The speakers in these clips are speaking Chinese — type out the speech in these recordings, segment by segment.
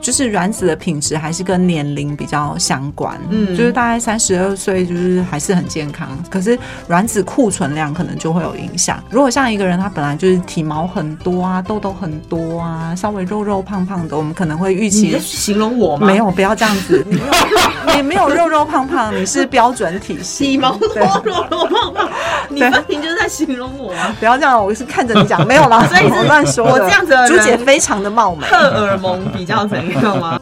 就是卵子的品质还是跟年龄比较相关，嗯，就是大概三十二岁就是还是很健康，可是卵子库存量可能就会有影响。如果像一个人他本来就是体毛很多啊，痘痘很多啊，稍微肉肉胖胖的，我们可能会预你期在形容我吗？嗯没，有，不要这样 子，你没有你没有肉肉胖胖，你是标准体体系。毛多对肉肉胖胖，你对分明就是在形容我 啊！不要这样，我是看着你讲，没有啦， 所以是我乱说我的这样子的朱姐人非常的貌美。荷尔蒙比较怎样吗？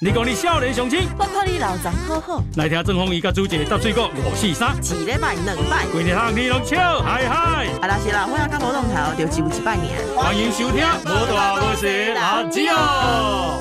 你讲你少年雄心，我看你老张好好，来听郑凤仪甲朱姐搭水果五四三，一礼拜两摆，规日通你拢笑嗨嗨，啊啦是啦，我要甲无动头，就只有一摆尔。欢迎收听无大无小垃圾哦。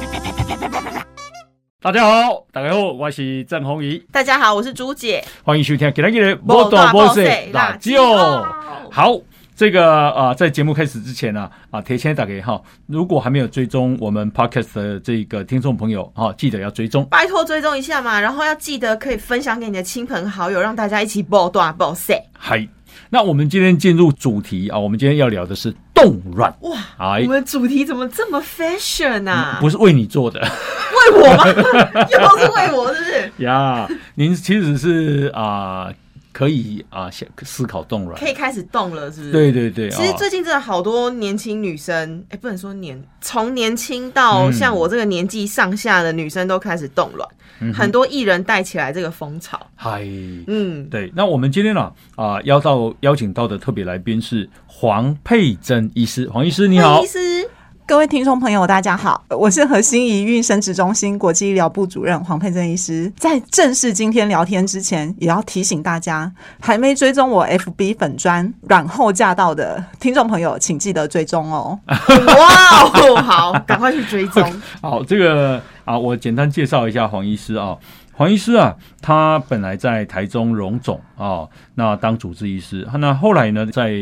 大家好，大家好，我是郑凤仪，大家好，我是朱姐，欢迎收听今天的无大无小垃垃圾圾哦。哦。好，这个啊、呃在节目开始之前呢、啊，啊，铁锨打给哈，如果还没有追踪我们 podcast 的这个听众朋友哈、记得要追踪。拜托追踪一下嘛，然后要记得可以分享给你的亲朋好友，让大家一起爆大爆塞。嗨，那我们今天进入主题啊，我们今天要聊的是冻卵，哇，哎我，们主题怎么这么 fashion 啊？不是 为你做 的为我吗？又是为我，是不是？呀，您其实是啊、可以啊、想思考冻卵可，以开始动了，是不是？对对对，其实啊最近真的好多年轻女生，哎、不能说年，从年轻到嗯像我这个年纪上下的女生都开始动卵，嗯哼很多艺人带起来这个风潮。嗨。嗯，对，那我们今天呢啊、邀到邀请到的特别来宾是黄佩珍医师，黄医师你好医，师，各位听众朋友，大家好，我是核心一孕生殖中心国际医疗部主任黄佩珍医师。在正式今天聊天之前，也要提醒大家，还没追踪我 FB 粉砖软后驾到的听众朋友，请记得追踪哦。啊哇哦， 好，赶快去追 踪。好，这个啊，我简单介绍一下黄医师啊。黄医师啊，他本来在台中荣总啊，那当主治医师，那后来呢，在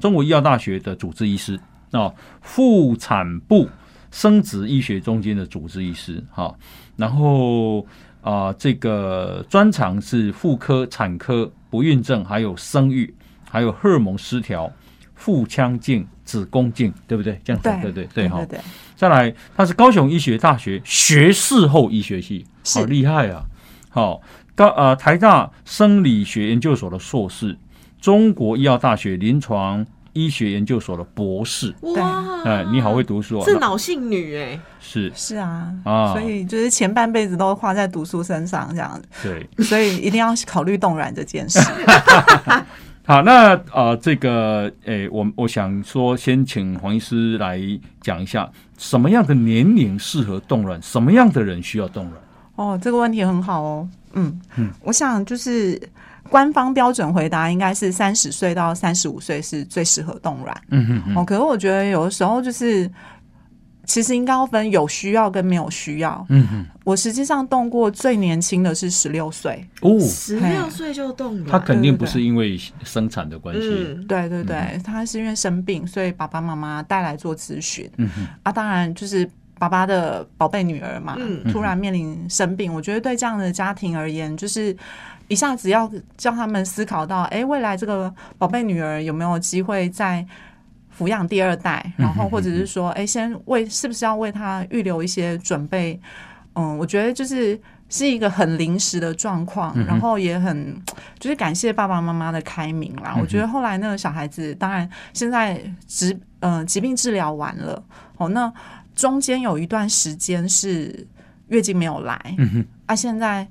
中国医药大学的主治医师啊，妇产部生殖医学中心的主治医师哈、啊然后啊、这个专长是妇科、产科、不孕症，还有生育，还有荷尔蒙失调、腹腔镜、子宫镜，对不对？这样子对对对哈。对对，再来，他是高雄医学大学学士后医学系，是好厉害啊！好、高呃台大生理学研究所的硕士，中国医药大学临床医学研究所的博士。哇，哎、你好会读书啊！是脑性女哎、是，是啊，啊所以就是前半辈子都花在读书身上，这样，对。所以一定要考虑冻卵这件 事。好，那呃，这个诶、我我想说，先请黄医师来讲一下，什么样的年龄适合冻卵，什么样的人需要冻卵？哦，这个问题很好哦。嗯我想就是官方标准回答应该是三十岁到三十五岁是最适合冻卵。嗯哼哼，哦，可是我觉得有的时候就是，其实应该要分有需要跟没有需要。嗯哼，我实际上冻过最年轻的是十六岁。哦，哎十六岁就动他卵，肯定不是因为生产的关系。嗯，对对对，他是因为生病，所以爸爸妈妈带来做咨询。嗯哼。啊，当然就是爸爸的宝贝女儿嘛，嗯突然面临生病，我觉得对这样的家庭而言，就是一下子要叫他们思考到，哎，未来这个宝贝女儿有没有机会再抚养第二代，然后或者是说，哎，先为是不是要为她预留一些准备？嗯，我觉得就是。是一个很临时的状况，然后也很就是感谢爸爸妈妈的开明啦。我觉得后来那个小孩子，当然现在疾嗯、疾病治疗完了，哦，那中间有一段时间是月经没有来，嗯哼啊，现在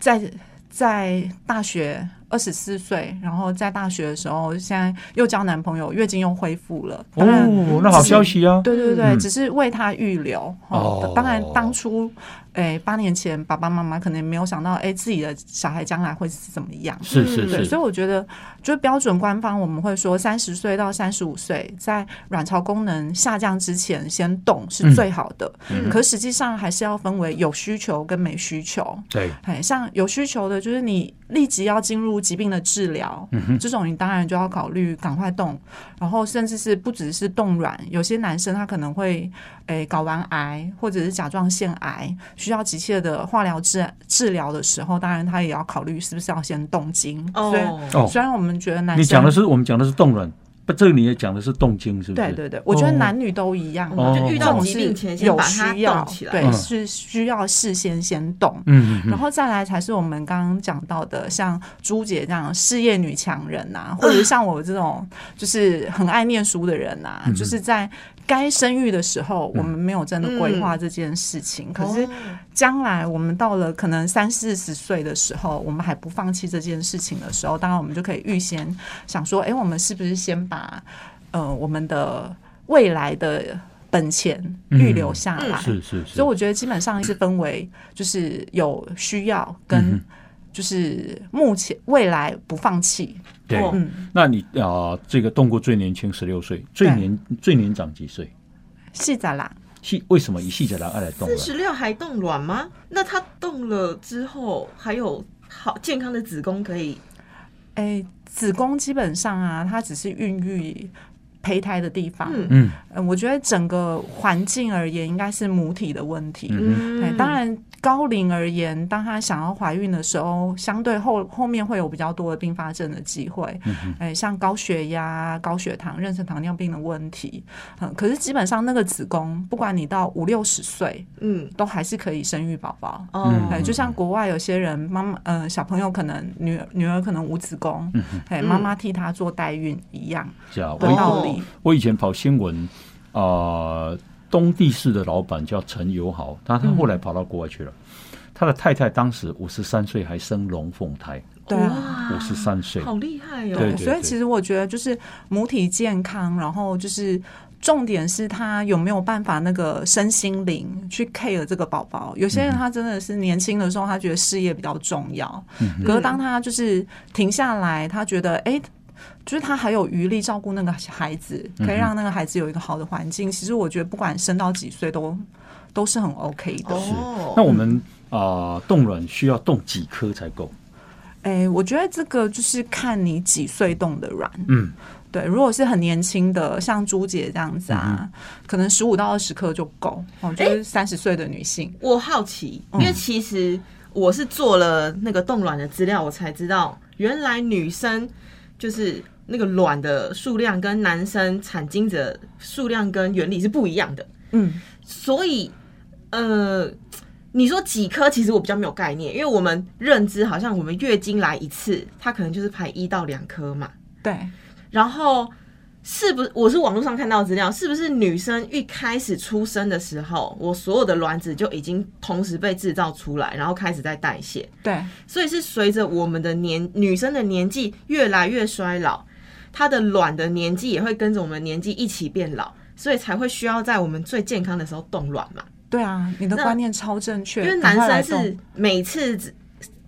在在大学二十四岁，然后在大学的时候，现在又交男朋友，月经又恢复了，当然。哦，那好消息啊！对对对，嗯只是为他预留。哦哦，当然当初，诶，八年前爸爸妈妈可能没有想到，诶，自己的小孩将来会是怎么样。是是对，是，所以我觉得，就标准官方我们会说，三十岁到三十五岁，在卵巢功能下降之前先动是最好的。嗯可实际上还是要分为有需求跟没需求。对，哎，像有需求的，就是你立即要进入疾病的治疗，嗯这种你当然就要考虑赶快动，然后甚至是不只是冻卵，有些男生他可能会诶睾丸癌或者是甲状腺癌，需要急切的化疗治治疗的时候，当然他也要考虑是不是要先动经。所以啊哦，哦，虽然我们觉得男生你讲的是我们讲的是冻卵，不，这个你也讲的是动经，是不是？对对对，我觉得哦男女都一样，哦就遇这到种疾病是前先有把它需要动起，来。对，嗯是需要事先先动。嗯，嗯嗯然后再来才是我们刚刚讲到的，像朱姐这样事业女强人呐、 或者像我这种就是很爱念书的人呐、嗯就是在该生育的时候，我们没有真的规划这件事哦情。可哦是将来我们到了可能三四十岁的时候，我们还不放弃这件事情的时候，当然我们就可以预先想说，哎，我们是不是先把呃我们的未来的本钱嗯预留下来？是是是所以，我觉得基本上是分为就是有需要嗯跟就是目前未来不放弃，对。哦嗯，那你啊、这个动过最年轻十六岁，最对年最年长几岁？是的啦。细为什么以细节来爱来动了四？十六还冻卵吗？那她冻了之后还有好健康的子宫可以哎，子宫基本上啊，它只是孕育胚胎的地方。嗯嗯嗯，我觉得整个环境而言，应该是母体的问题。嗯对，当然高龄而言，当她想要怀孕的时候，相对后后面会有比较多的并发症的机会，哎、像高血压、高血糖、妊娠糖尿病的问题，嗯，可是基本上那个子宫，不管你到五六十岁，嗯都还是可以生育宝宝。哦哎，就像国外有些人，妈妈呃，小朋友可能女儿女儿可能无子宫，哎、妈妈替她做代孕一样是啊，的哦我道理。我以前跑新闻啊、东地市的老板叫陈友豪，他嗯他后来跑到国外去了。他的太太当时五十三岁，还生龙凤胎，对啊，五十三岁。好厉害哦！对对所以其实我觉得就是母体健康，然后就是重点是他有没有办法那个身心灵去 care 这个宝宝。有些人嗯他真的是年轻的时候，他觉得事业比较重要，嗯可是当他就是停下来，他觉得哎。诶就是他还有余力照顾那个孩子，嗯可以让那个孩子有一个好的环境。其实我觉得，不管生到几岁都都是很 OK 的。哦那我嗯们啊、冻卵需要冻几颗才够？哎、我觉得这个就是看你几岁动的卵。嗯，对，如果是很年轻的，像朱姐这样子嗯啊，可能十五到二十克就够。哦，就是三十岁的女性，我好奇，因嗯为其实我是做了那个冻卵的资料，我才知道原来女生就是那个卵的数量跟男生产精子的数量跟原理是不一样的，嗯，所以呃。你说几颗？其实我比较没有概念，因为我们认知好像我们月经来一次，它可能就是排一到两颗嘛。对，然后是不我是网络上看到的资料，是不是女生一开始出生的时候，我所有的卵子就已经同时被制造出来，然后开始在代谢，对，所以是随着我们的年女生的年纪越来越衰老，她的卵的年纪也会跟着我们年纪一起变老。所以才会需要在我们最健康的时候冻卵嘛，对啊，你的那观念超正确。因为赶男快来生动是每次只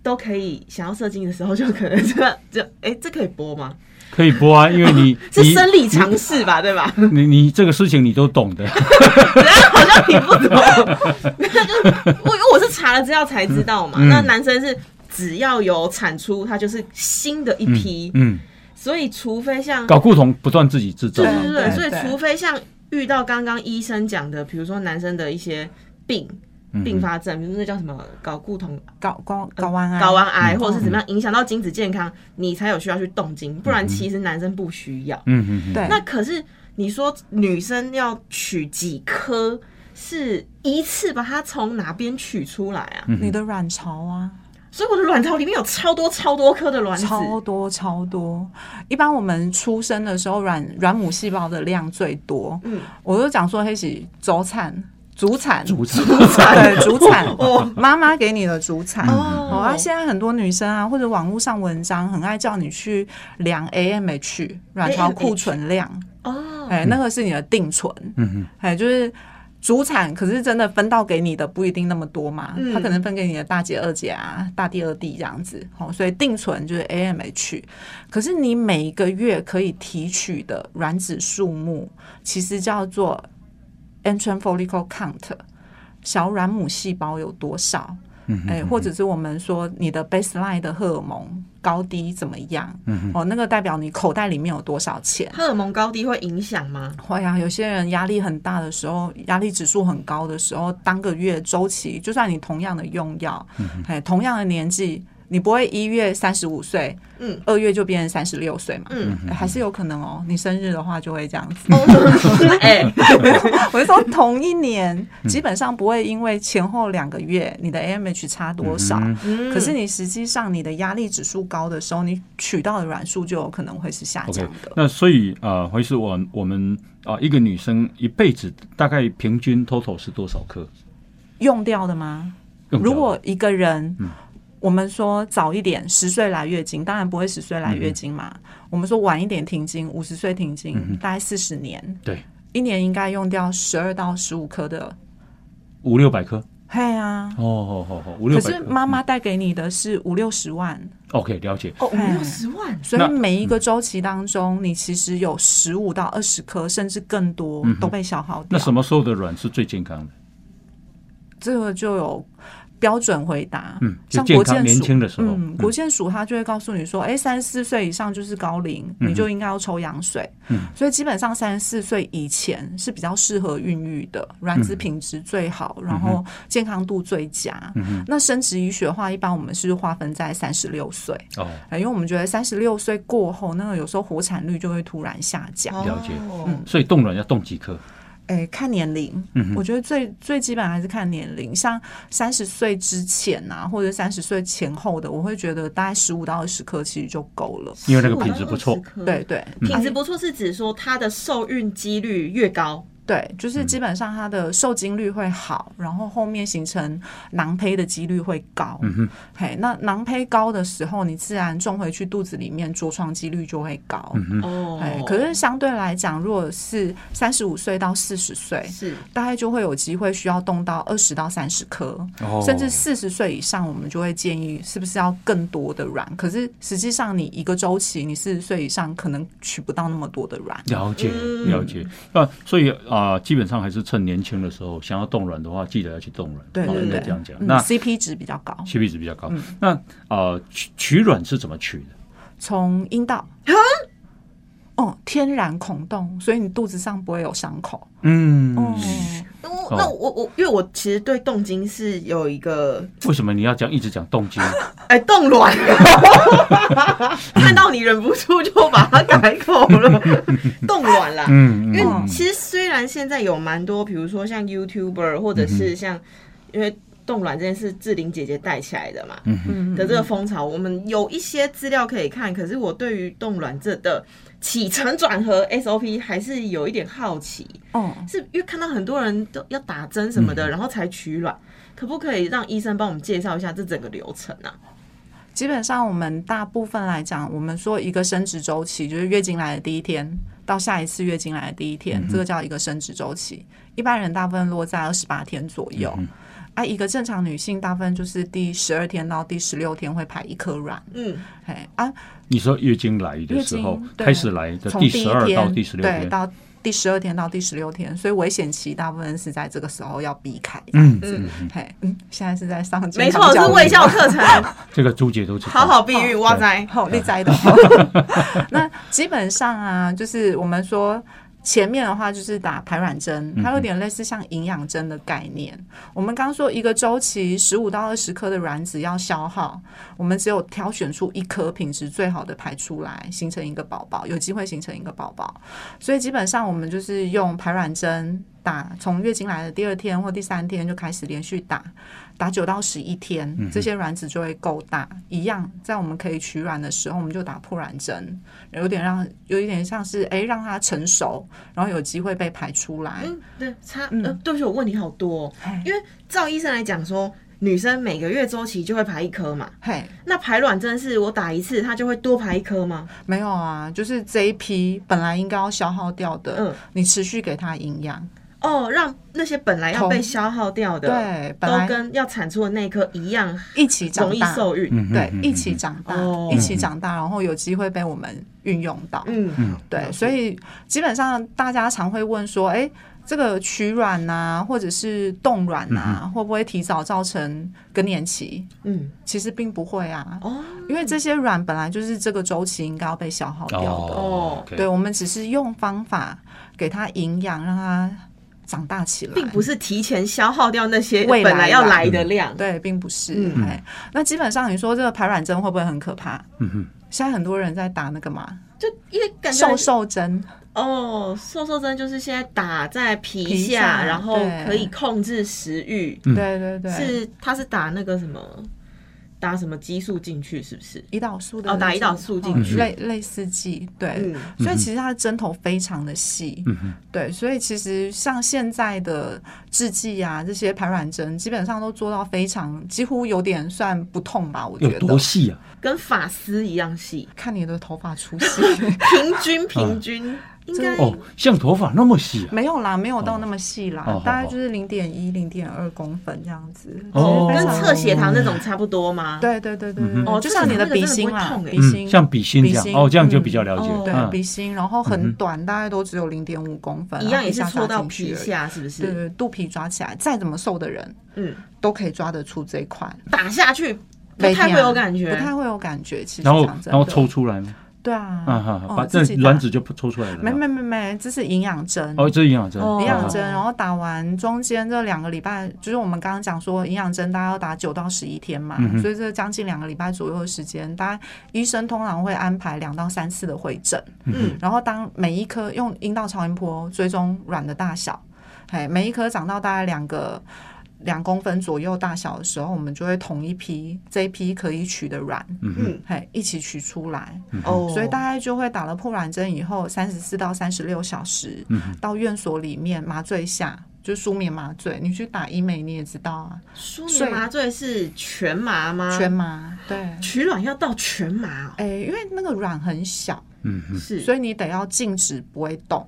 都可以想要射精的时候就可能这样就哎、这可以播吗？可以播啊，因为 你是生理常识 吧，对吧？你你你这个事情你都懂的。好像你不懂，我因为我是查了资料才知道嘛。嗯那男生是只要有产出，他就是新的一批，嗯，所以除非像搞固酮不断自己制造对嘛。嗯对对，对所以对除非像遇到刚刚医生讲的，比如说男生的一些病。嗯并发症，比如说那叫什么睾固酮、睾睾睾丸癌，睾丸癌，或者是怎么样影响到精子健康，你才有需要去动经，不然其实男生不需要。嗯嗯嗯，对，那可是你说女生要取几颗，是一次把它从哪边取出来啊？你的卵巢啊，所以我的卵巢里面有超多超多颗的卵子，超多超多。一般我们出生的时候，卵卵母细胞的量最多。嗯，我就讲说，黑喜周产、主产、主产 对主产哦，妈妈给你的主产。哦，哦啊，现在很多女生啊，或者网络上文章很爱叫你去量 AMH 卵巢库存量，哦，哎、那个是你的定存，哎、就是主产，可是真的分到给你的不一定那么多嘛，嗯它可能分给你的大姐、二姐啊、大弟、二弟这样子，哦，所以定存就是 AMH，可是你每一个月可以提取的卵子数目，其实叫做 entran follicle count，小卵母细胞有多少？哎、或者是我们说你的 baseline 的荷尔蒙高低怎么样？哦，那个代表你口袋里面有多少钱。荷尔蒙高低会影响吗？会啊，有些人压力很大的时候，压力指数很嗯高的时候，当个月周期，就算你同样的用药，哎、同样的年纪，你不会一月三十五岁，嗯，二月就变成三十六岁嘛？嗯，还是有可能哦。你生日的话就会这样子。哦，哎， 我是说同一年，嗯基本上不会因为前后两个月你的 AMH 差多少，嗯嗯可是你实际上你的压力指数高的时候，你取到的卵数就有可能会是下降 OK，的。那所以啊，回、是我我们啊、一个女生一辈子大概平均 total 是多少颗？用掉的吗？用掉如果一个人，嗯我们说早一点十岁来月经，当然不会十岁来月经嘛。嗯我们说晚一点停经，五十岁停经，大概四十年，对一年应该用掉十二到十五颗的。五六百颗，嘿啊，哦哦哦哦，五六可百颗。是妈妈带给你的是五六十万， OK 了解，哦，五六十万，所那嗯以每一个周期当中，你其实有十五到二十颗，甚至更多都被消耗嗯那掉。什么时候的卵是最健康的？这个就有标准回答，嗯就像健国康健年署，轻的时候嗯嗯，国健署它就会告诉你说，哎、三十四岁以上就是高龄，嗯你就应该要抽羊水，所以基本上三十四岁以前是比较适合孕育的，嗯卵子品质最好，然后健康度最佳。嗯那生殖医学的话，一般我们是划分在三十六岁，哎哦，因为我们觉得三十六岁过后，那个有时候活产率就会突然下降。了解嗯，所以冻卵要冻几颗？诶，看年龄，我觉得最最基本还是看年龄。像三十岁之前啊，或者三十岁前后的，我会觉得大概十五到二十颗其实就够了。因为那个品质不错嗯15到20颗对，对，品质不错是指说它的受孕几率越高，对，就是基本上它的受精率会好，然后后面形成囊胚的几率会高。嗯哼，嘿，那囊胚高的时候，你自然种回去肚子里面着床几率就会高。嗯哦哎，可是相对来讲，如果是三十五岁到四十岁，是大概就会有机会需要动到二十到三十颗，哦甚至四十岁以上，我们就会建议是不是要更多的卵？可是实际上，你一个周期，你四十岁以上可能取不到那么多的卵。了解嗯了解啊，所以啊、基本上还是趁年轻的时候，想要冻卵的话，记得要去冻卵。对哦对应该对，这样讲。嗯那 CP 值比较高， CP 值比较高。那啊，取取卵是怎么取的？从阴道，啊哦，天然孔洞，所以你肚子上不会有伤口。嗯，哦，那我那我我因为我其实对动精是有一个为什么你要讲一直讲冻精？哎冻卵， 看到你忍不住就把它改 口了，冻卵啦。因嗯为嗯其实虽然现在有蛮多，比如说像 YouTuber 或者嗯是像因为冻卵这件事，志玲姐姐带起来的嘛嗯的这个风潮，我们有一些资料可以看，可是我对于冻卵这的起承转合 SOP 还是有一点好奇。哦，是因为看到很多人都要打针什么的，然后才取卵，可不可以让医生帮我们介绍一下这整个流程啊？基本上我们大部分来讲，我们说一个生殖周期，就是月经来的第一天到下一次月经来的第一天，嗯这个叫一个生殖周期。一般人大部分落在二十八天左右。啊，一个正常女性大部分就是第十二天到第十六天会排一颗卵，嗯，哎啊，你说月经来的时候月经，对开始来的从第一十二天到第十六对，天，到第十二天到第十六天，所以危险期大部分是在这个时候要避开。嗯，嘿，嗯，现在是在上健没康错，是教育卫教课程，嗯这个朱姐都知道。 好好避 孕，哇塞，好，你摘的。那基本上啊，就是我们说。前面的话就是打排卵针，它有点类似像营养针的概念。我们刚说一个周期十五到二十颗的卵子要消耗，我们只有挑选出一颗品质最好的排出来，形成一个宝宝，有机会形成一个宝宝。所以基本上我们就是用排卵针打，从月经来的第二天或第三天就开始连续打，打九到十一天，这些卵子就会够大。一样，在我们可以取卵的时候，我们就打破卵针，有点让，有一点像是哎、诶让它成熟，然后有机会被排出来。嗯，对，差，呃，对不起，我问题好多、哦，嘿因为照医生来讲说，女生每个月周期就会排一颗嘛，嘿，那排卵针是我打一次，它就会多排一颗吗？没有啊，就是这一批本来应该要消耗掉的，嗯你持续给它营养，哦，让那些本来要同被消耗掉的，对本都来跟要产出的那一颗一样，一起长容易大，受孕。嗯对，一起长大，哦一起长大，然后有机会被我们运用到。嗯，对，所以基本上大家常会问说，哎、这个取卵呐、或者是冻卵呐、会不会提早造成更年期？嗯，其实并不会啊，哦因为这些卵本来就是这个周期应该要被哦消耗掉的。哦，OK，对，我们只是用方法给它营养，让它长大起来，并不是提前消耗掉那些未本来来要啦来的量。对，并不是。嗯哎，那基本上你说这个排卵针会不会很可怕？嗯哼，现在很多人在打那个嘛就因为感觉瘦瘦针，哦，瘦瘦针就是现在打在皮皮下，下然后对可以控制食欲，嗯对对对，是它是打那个什么打什么激素进去，是不是？胰岛素的哦那打胰种岛素进嗯去类类似剂，对。嗯，所以其实它的针头非常的细，嗯哼，对，所以其实像现在的制剂啊，这些排卵针基本上都做到非常，几乎有点算不痛吧，我觉有得。多细啊？跟发丝一样细，看你的头发粗细， 平嗯均平均、应该哦，像头发那么细啊？没有啦，没有到那么细啦，哦好好大概就是零点一、零点二公分这样子。哦就是跟非常测血糖那种差不多吗？，对对对对对嗯对，哦就像你的这个鼻真的心不会啦痛，欸鼻心嗯，像笔芯这笔样芯哦，这样就比嗯较了解。哦对嗯鼻心，然后很短，大概都只有零点五公分，一然样后也一是下戳扎到进去皮而已，下，是对对，不是？对肚皮抓起来，再怎么瘦的人嗯，都可以抓得出这一块，打下去不没太听会有感觉，不太会有感觉。其实然后讲真的然后抽出来吗？对啊，啊哈，嗯把这自己打卵子就抽出来了。没没没没，这是营养针。哦，这营养针，哦营养针，哦然后打完中间这两个礼拜，就是我们刚刚讲说营养针大概要打九到十一天嘛，嗯哼所以这将近两个礼拜左右的时间，大概医生通常会安排两到三次的会诊，嗯，然后当每一颗用阴道超音波追踪卵的大小，哎，每一颗长到大概两个两公分左右大小的时候，我们就会同一批这一批可以取的卵，嗯哼嗯，嘿，一起取出来，哦，所以大概就会打了破卵针以后，三十四到三十六小时，嗯哼到院所里面麻醉下，就舒眠麻醉。你去打医美你也知道啊，舒眠麻醉是全麻吗？啊全麻对，取卵要到全麻、哦，哎、因为那个卵很小，嗯哼，是，所以以你得要静止不会动，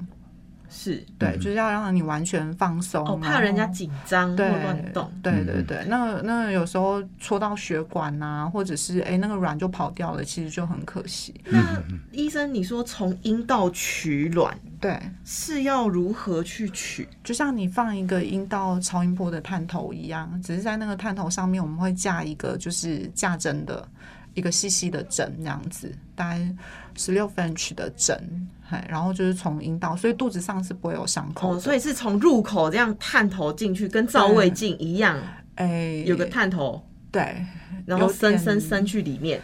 是对，嗯就是要让你完全放松，哦，然怕后人家紧张或对乱动。对对对，那那有时候戳到血管呐、或者是哎、那个卵就跑掉了，其实就很可惜。那医生，你说从阴道取卵对，是要如何去取？就像你放一个阴道超音波的探头一样，只是在那个探头上面，我们会架一个就是架针的一个细细的针，这样子，大概十六 French 的针，嘿，然后就是从阴道，所以肚子上是不会有伤口的。哦，所以是从入口这样探头进去，跟照胃镜一样，哎、有个探头，对，然后嗯有伸点伸伸去里面。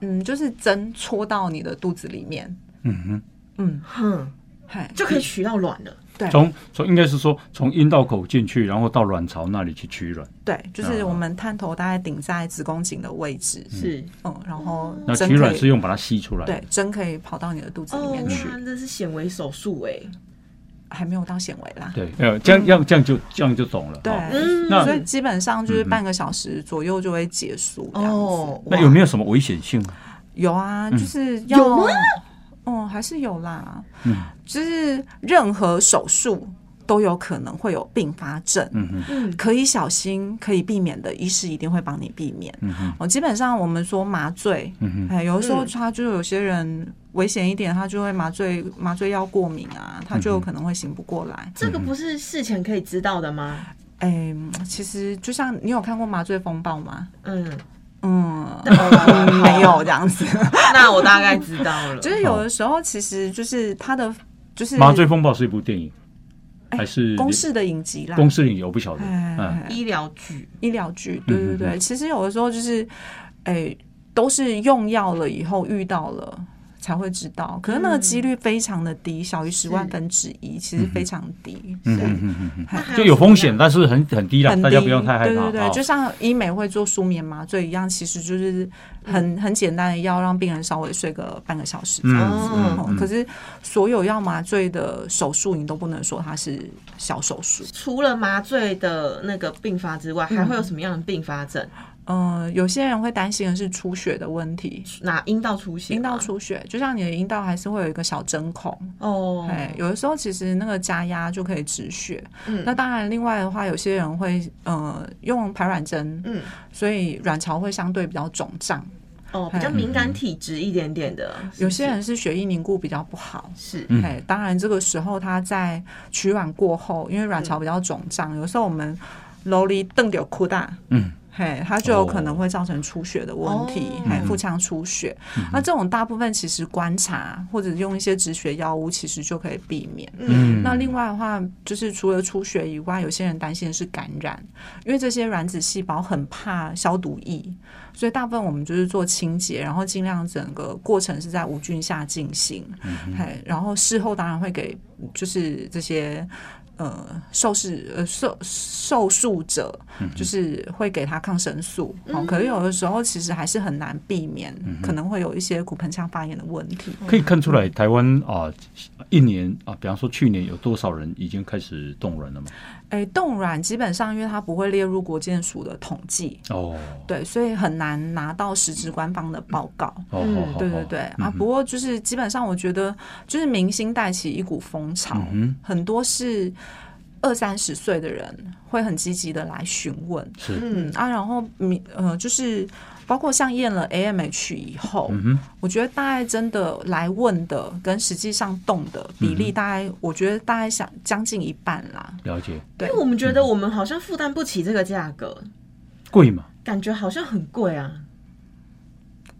嗯，就是针戳到你的肚子里面，嗯哼。嗯，哼，嘿，就可以取到卵了。对从从应该是说从阴道口进去，然后到卵巢那里去取卵，对，嗯就是我们探头大概顶在子宫颈的位置，是嗯，然后那针取可卵是以，用把它吸出来。对，，针可以跑到你的肚子里哦，面去，哇，这是显微手术哎。还没有到纤维啦。对，呃，这样这样这样就这样就懂了。对，哦嗯，那嗯所以基本上就是半个小时左右就会结束这样子。哦，那有哇没有什么危险性？有啊，就是要有吗哦、还是有啦。嗯就是任何手术都有可能会有并发症。嗯哼，嗯可以小心，可以避免的，医师一定会帮你避免。嗯哼，哦，基本上我们说麻醉，嗯哎，有的时候嗯他就有些人危险一点，他就会麻醉麻醉药过敏啊，他嗯就有可能会醒不过来。这个不是事前可以知道的吗？哎，其实就像你有看过《麻醉风暴》吗？嗯，嗯， 哦没有这样子，那我大概知道了。就是有的时候其实就是他的就是哼，麻醉风暴是一部电影，哎还是公式的影集啦，公式里我不晓得。嗯，哎，医疗剧，医疗剧，对对嗯对，其实有的时候就是，哎，都是用药了以后遇到了。才会知道，可是那个几率非常的低，小于十万分之一，其实非常低，嗯对嗯嗯嗯嗯，那还就什有么风险，但是很很低啦，很大低。家不用太害怕。对对对，哦就像医美会做舒眠麻醉一样，其实就是很很简单的药，让病人稍微睡个半个小时这样嗯子。嗯哦嗯，可是所有要麻醉的手术，你都不能说它是小手术。除了麻醉的那个并发之外，还会有什么样的并发症？嗯、有些人会担心的是出血的问题，啊哪阴道出血吗？阴道出血，就像你的阴道还是会有一个小针孔，哦，哎、有的时候其实那个加压就可以止血。嗯那当然，另外的话，有些人会呃用排卵针，嗯，所以卵巢会相对比较肿胀。哦，比较敏感体质一点点的，嗯是有不些人是血液凝固比较不好。是嗯哎，当然这个时候他在取卵过后，因为卵巢比较肿胀，有时候我们楼里瞪掉哭大，嗯，嘿，它就有可能会造成出血的问题，哦嘿，腹腔出血。那这种大部分其实观察或者用一些止血药物，其实就可以避免。嗯，那另外的话，就是除了出血以外，有些人担心的是感染，因为这些卵子细胞很怕消毒液，所以大部分我们就是做清洁，然后尽量整个过程是在无菌下进行。嘿，然后事后当然会给就是这些。呃，受试呃受受术者就是会给他抗生素，哦，可是有的时候其实还是很难避免，可能会有一些骨盆腔发炎的问题。可以看出来台湾啊，一年啊，比方说去年有多少人已经开始冻卵了吗？诶，冻卵基本上因为它不会列入国健署的统计，哦，对，所以很难拿到实质官方的报告。哦，嗯好好对对好对啊，不过就是基本上我觉得，就是明星带起一股风潮，嗯很多是二三十岁的人会很积极的来询问，是，嗯嗯，啊，然后你呃，就是包括像验了 AMH 以后，嗯哼，我觉得大概真的来问的跟实际上动的比嗯例，大概、我觉得大概想将近一半啦。了解，对因为我们觉得我们好像负担不起这个价格，贵嘛，感觉好像很贵啊，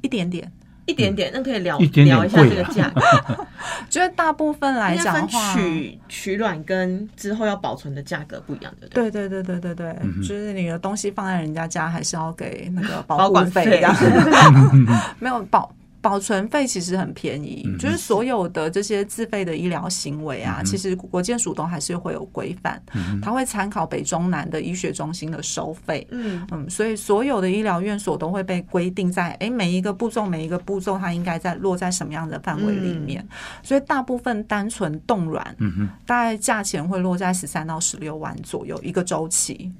一点点，一点点。那可以聊嗯一点点聊一下贵这个啊价 格，觉得大部分来应该讲的分话，取取卵跟之后要保存的价格不一样，对不对？对对对对对对，就是你的东西放在人家家，还是要给那个保保护管费费这样。没有保保存费其实很便宜，就是所有的这些自费的医疗行为啊，其实国健署都还是会有规范，它会参考北中南的医学中心的收费。嗯，嗯，所以所有的医疗院所都会被规定在，诶每一个步骤每一个步骤它应该在落在什么样的范围里嗯面，所以大部分单纯冻卵，大概价钱会落在十三到十六万左右一个周期，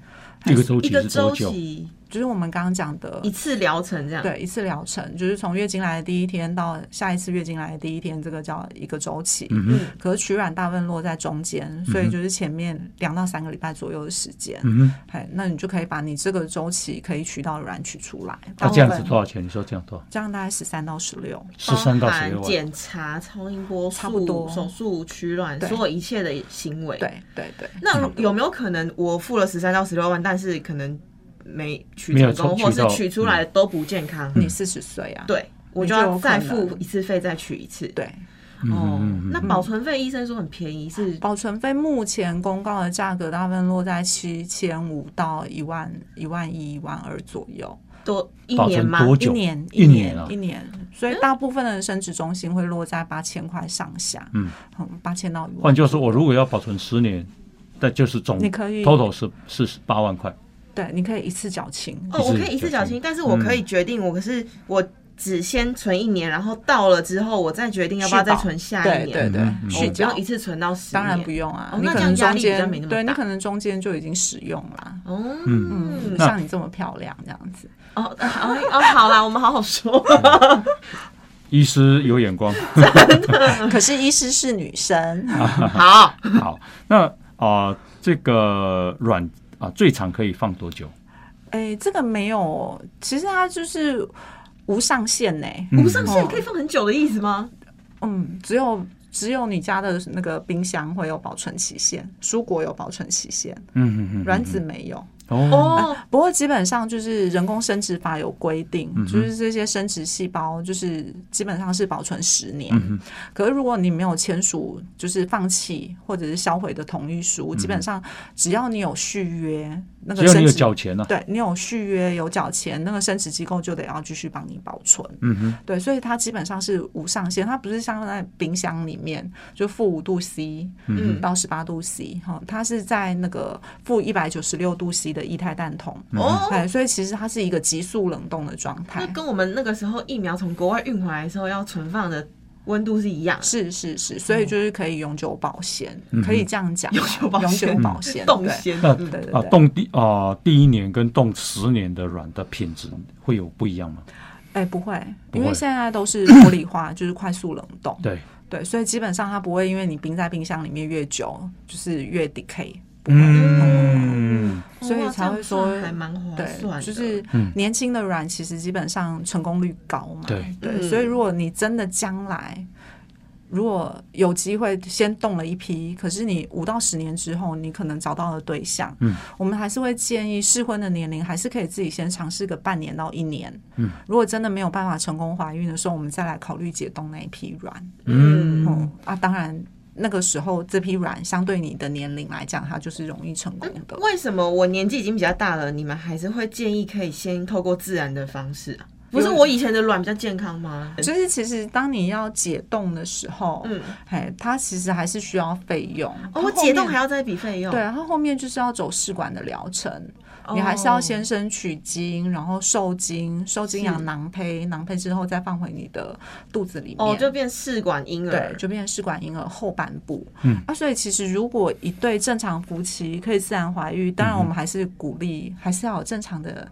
一个周一期个是周多久？啊期就是我们刚刚讲的一次疗程这样。对，一次疗程就是从月经来的第一天到下一次月经来的第一天，这个叫一个周期。嗯嗯可是取卵大部分落在中间，所以就是前面两到三个礼拜左右的时间。嗯哼，哎、那你就可以把你这个周期可以取到的卵取出来。那、大部哦这样分子多少钱？你说这样多少？这样大概十三到十六。十三到包十含六万，检查、超音波、差不术多手术、取卵，对所有一切的行为。，对对对，嗯那如有没有可能我付了十三到十六万，但是可能没取没有成功，取或是到嗯取出来都不健康？你四十岁啊？对，我就就有要可再能付一次费，再取一次。对，哦嗯嗯嗯，那保存费医生说很便宜，是保存费目前公告的价格大部分落在七千五到一万、一万一、一万二左右。多一保年嗯存吗？多一久？年一年年啊一年，所以大部分的生殖中心会落在八千块上下，嗯嗯，八千到一换万，句话说，我如果要保存十年，那就是总你可以 total 是四十八万块。对，你可以一次缴清，哦，我可以一次缴清，但是嗯我可以决定，我可是我只先存一年，然后到了之后，我再决定要不要再存下对一年。对对嗯嗯，嗯哦续不要缴一次存到十年。当然不用啊哦，你那可这样能压中力比较间没那么对你大可能中间就已经使用啦，哦，嗯，嗯那像你这么漂亮这样子，哦哦哦，好啦，我们好好说。医师有眼光，嗯可是医师是女生，嗯好，好，那啊、这个卵啊、最长可以放多久？哎，这个没有，其实它就是无上限呢，嗯无上限可以放很久的意思吗？嗯，只有。只有你家的那个冰箱会有保存期限，蔬果有保存期限，嗯嗯嗯，卵子没有。哦，哦，不过基本上就是人工生殖法有规定，嗯就是这些生殖细胞就是基本上是保存十年。嗯可是如果你没有签署就是放弃或者是销毁的同意书，基本上只要你有续约，那嗯只个要你生有殖缴钱啊呢、对你有续约有缴钱，那个生殖机构就得要继续帮你保存。嗯哼，对，所以它基本上是无上限，它不是像在冰箱里面就负五度 C 嗯到十八度 C 哈、它是在那个负一百九十六度 C 的液态氮桶。嗯哦，哎，所以其实它是一个急速冷冻的状态。那跟我们那个时候疫苗从国外运回来的时候要存放的温度是一样的，是是是，所以就是可以永久保鲜，嗯可以这样讲，永久保永鲜久保鲜，冻对鲜。那对对啊，对，冻第啊、第一年跟冻十年的卵的品质会有不一样吗？哎，不会，不因为会现在都是玻璃化， 就是快速冷冻，对，对，所以基本上它不会因为你冰在冰箱里面越久，就是越 decay，不会。嗯，所以哇才会哦这样算说还蛮划算对，的，就是嗯年轻的卵其实基本上成功率高嘛。对对，嗯所以如果你真的将来如果有机会先动了一批，可是你五到十年之后，你可能找到了对象，嗯，我们还是会建议适婚的年龄还是可以自己先尝试个半年到一年，嗯，如果真的没有办法成功怀孕的时候，我们再来考虑解冻那一批卵，嗯嗯啊，当然那个时候这批卵相对你的年龄来讲，它就是容易成功的。为什么我年纪已经比较大了，你们还是会建议可以先透过自然的方式啊？不是我以前的卵比较健康吗？哦就是其实当你要解冻的时候，嗯，哎，它其实还是需要费用。哦，它我后解冻面还要再一笔费用，对，，它后面就是要走试管的疗程，哦你还是要先生取精，然后受精，受精是养囊胚，囊胚之后再放回你的肚子里面。哦，就变试管婴儿对，，就变成试管婴儿后半部。嗯啊，所以其实如果一对正常夫妻可以自然怀孕，当然我们还是鼓励，还是要有正常的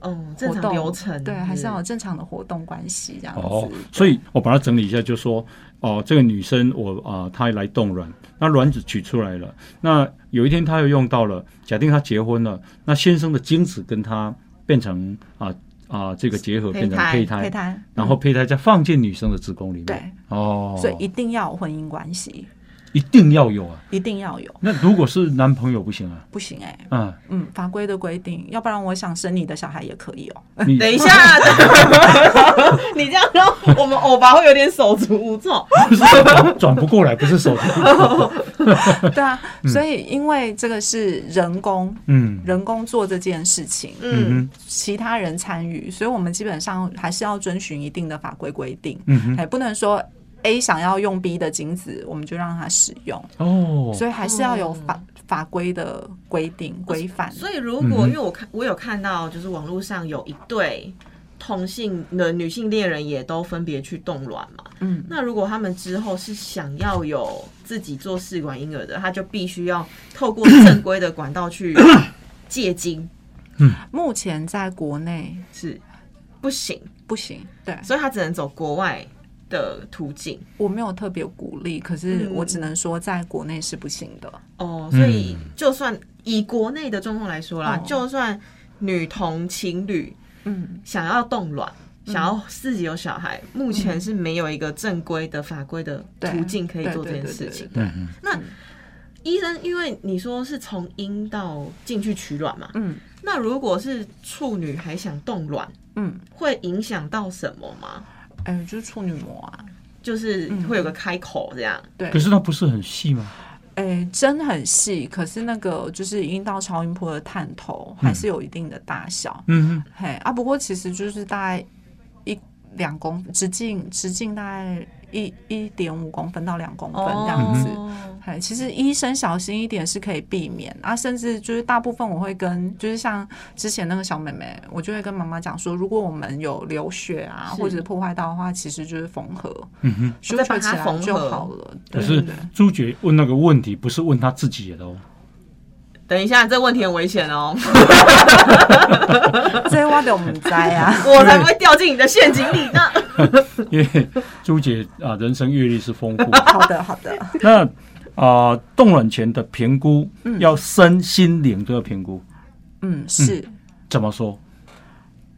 嗯，活正常动流程，嗯对，还是 要有正常的活动关系这样子。嗯哦，所以以我把它整理一下，就说哦，这个女生我啊、她来冻卵，那卵子取出来了，那有一天她又用到了，假定她结婚了，那先生的精子跟她变成啊啊、这个结合胚变成胎胚胎，胚胎，然后胚胎再放进女生的子宫里面，对，嗯哦，所以一定要有婚姻关系，一定要有啊。一定要有，那如果是男朋友不行啊，不行哎、嗯，嗯，法规的规定，要不然我想生你的小孩也可 以哦。你等一下， 你这样让我们欧巴会有点手足无措。不是转转不过来，不是手，对啊，所以因为这个是人工嗯人工做这件事情，嗯，嗯哼其他人参与，所以我们基本上还是要遵循一定的法规规定，嗯哼，哎，不能说 A 想要用 B 的精子，我们就让他使用，哦，所以还是要有法法规的规定规范。哦所以如嗯果哼因为我看我有看到，就是网络上有一对同性的女性恋人也都分别去冻卵嘛。嗯，那如果他们之后是想要有自己做试管婴儿的，他就必须要透过正规的管 道去借精，目前在国内是不行，不行，对所以他只能走国外的途径。我没有特别鼓励，可是嗯我只能说在国内是不行的。哦，所以嗯就算以国内的状况来说啦，哦就算女同情侣嗯，想要冻卵。想要自己有小孩，目前是没有一个正规的法规的对途径可以做这件对对对事情。对对嗯医生，因为你说是从阴道进去取卵嘛，嗯那如果是处女还想冻卵，嗯，会影响到什么吗？哎、就是处女膜啊，就是会有个开口这样，对可。是它不是很细吗？哎、针很细，可是那个就是阴道超音波的探头还是有一定的大小。嗯哼，嘿啊，不过其实就是大概一两公直径，直径大概一一点五公分到两公分这样子。哦哎，其实医生小心一点是可以避免啊，甚至就是大部分我会跟，就是像之前那个小妹妹，我就会跟妈妈讲说，如果我们有流血啊是哦或者破坏到的话，其实就是缝合，嗯哼。修再把复它起来缝就合好了。可对是对对朱姐问那个问题，不是问她自己的哦。等一下，这问题很危险 哦，嗯这挖的我们栽 啊，我才不会掉进你的陷阱里呢。因 为朱姐啊，人生阅历是丰富。好的好的，那啊，冻卵前的评估要身心灵都要评估。嗯是。怎么说？嗯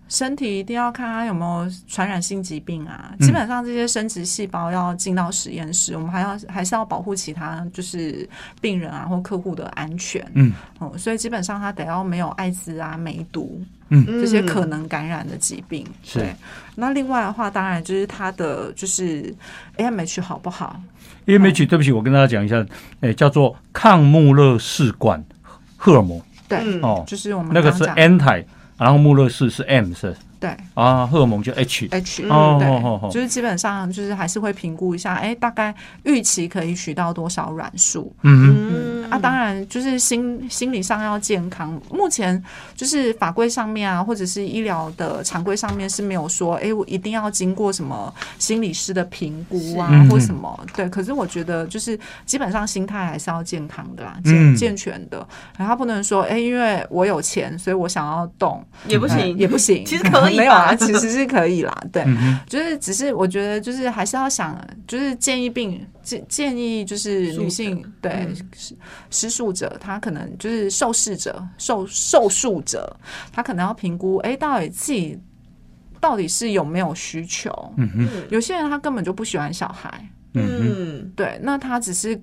身体一定要看它有没有传染性疾病啊。嗯基本上这些生殖细胞要进到实验室，我们还要还是要保护其他就是病人啊或客户的安全。嗯哦、所以基本上它得要没有艾滋啊、梅毒这这些可嗯能感染的疾病。嗯是对。那另外的话，当然就是它的就是 AMH 好不好？ ，AMH，对不起，我跟大家讲一下，哎，叫做抗穆勒氏管荷尔蒙，对，嗯哦就是我们那个刚是刚讲 anti，然后穆勒氏是 M 是对。啊，荷尔蒙就 H。 H，、哦对，哦哦哦就是基本上就是还是会评估一下，哎、大概预期可以取到多少卵数，嗯哼，嗯啊，当然就是心心理上要健康。目前就是法规上面啊，或者是医疗的常规上面是没有说，哎、我一定要经过什么心理师的评估啊是嗯，或什么。对，可是我觉得就是基本上心态还是要健康的啦，健嗯健全的。然后不能说，哎、因为我有钱，所以我想要动，也不哎行，也不行，其实可 以吧没有啊，其实是可以啦，对。嗯哼，就是只是我觉得就是还是要想，就是建议病建建议就是女宿性者对嗯施施术者，她可能就是受试者受受术者，她可能要评估，哎、到底自己到底是有没有需求。嗯哼，有些人他根本就不喜欢小孩，嗯嗯，对，那他只是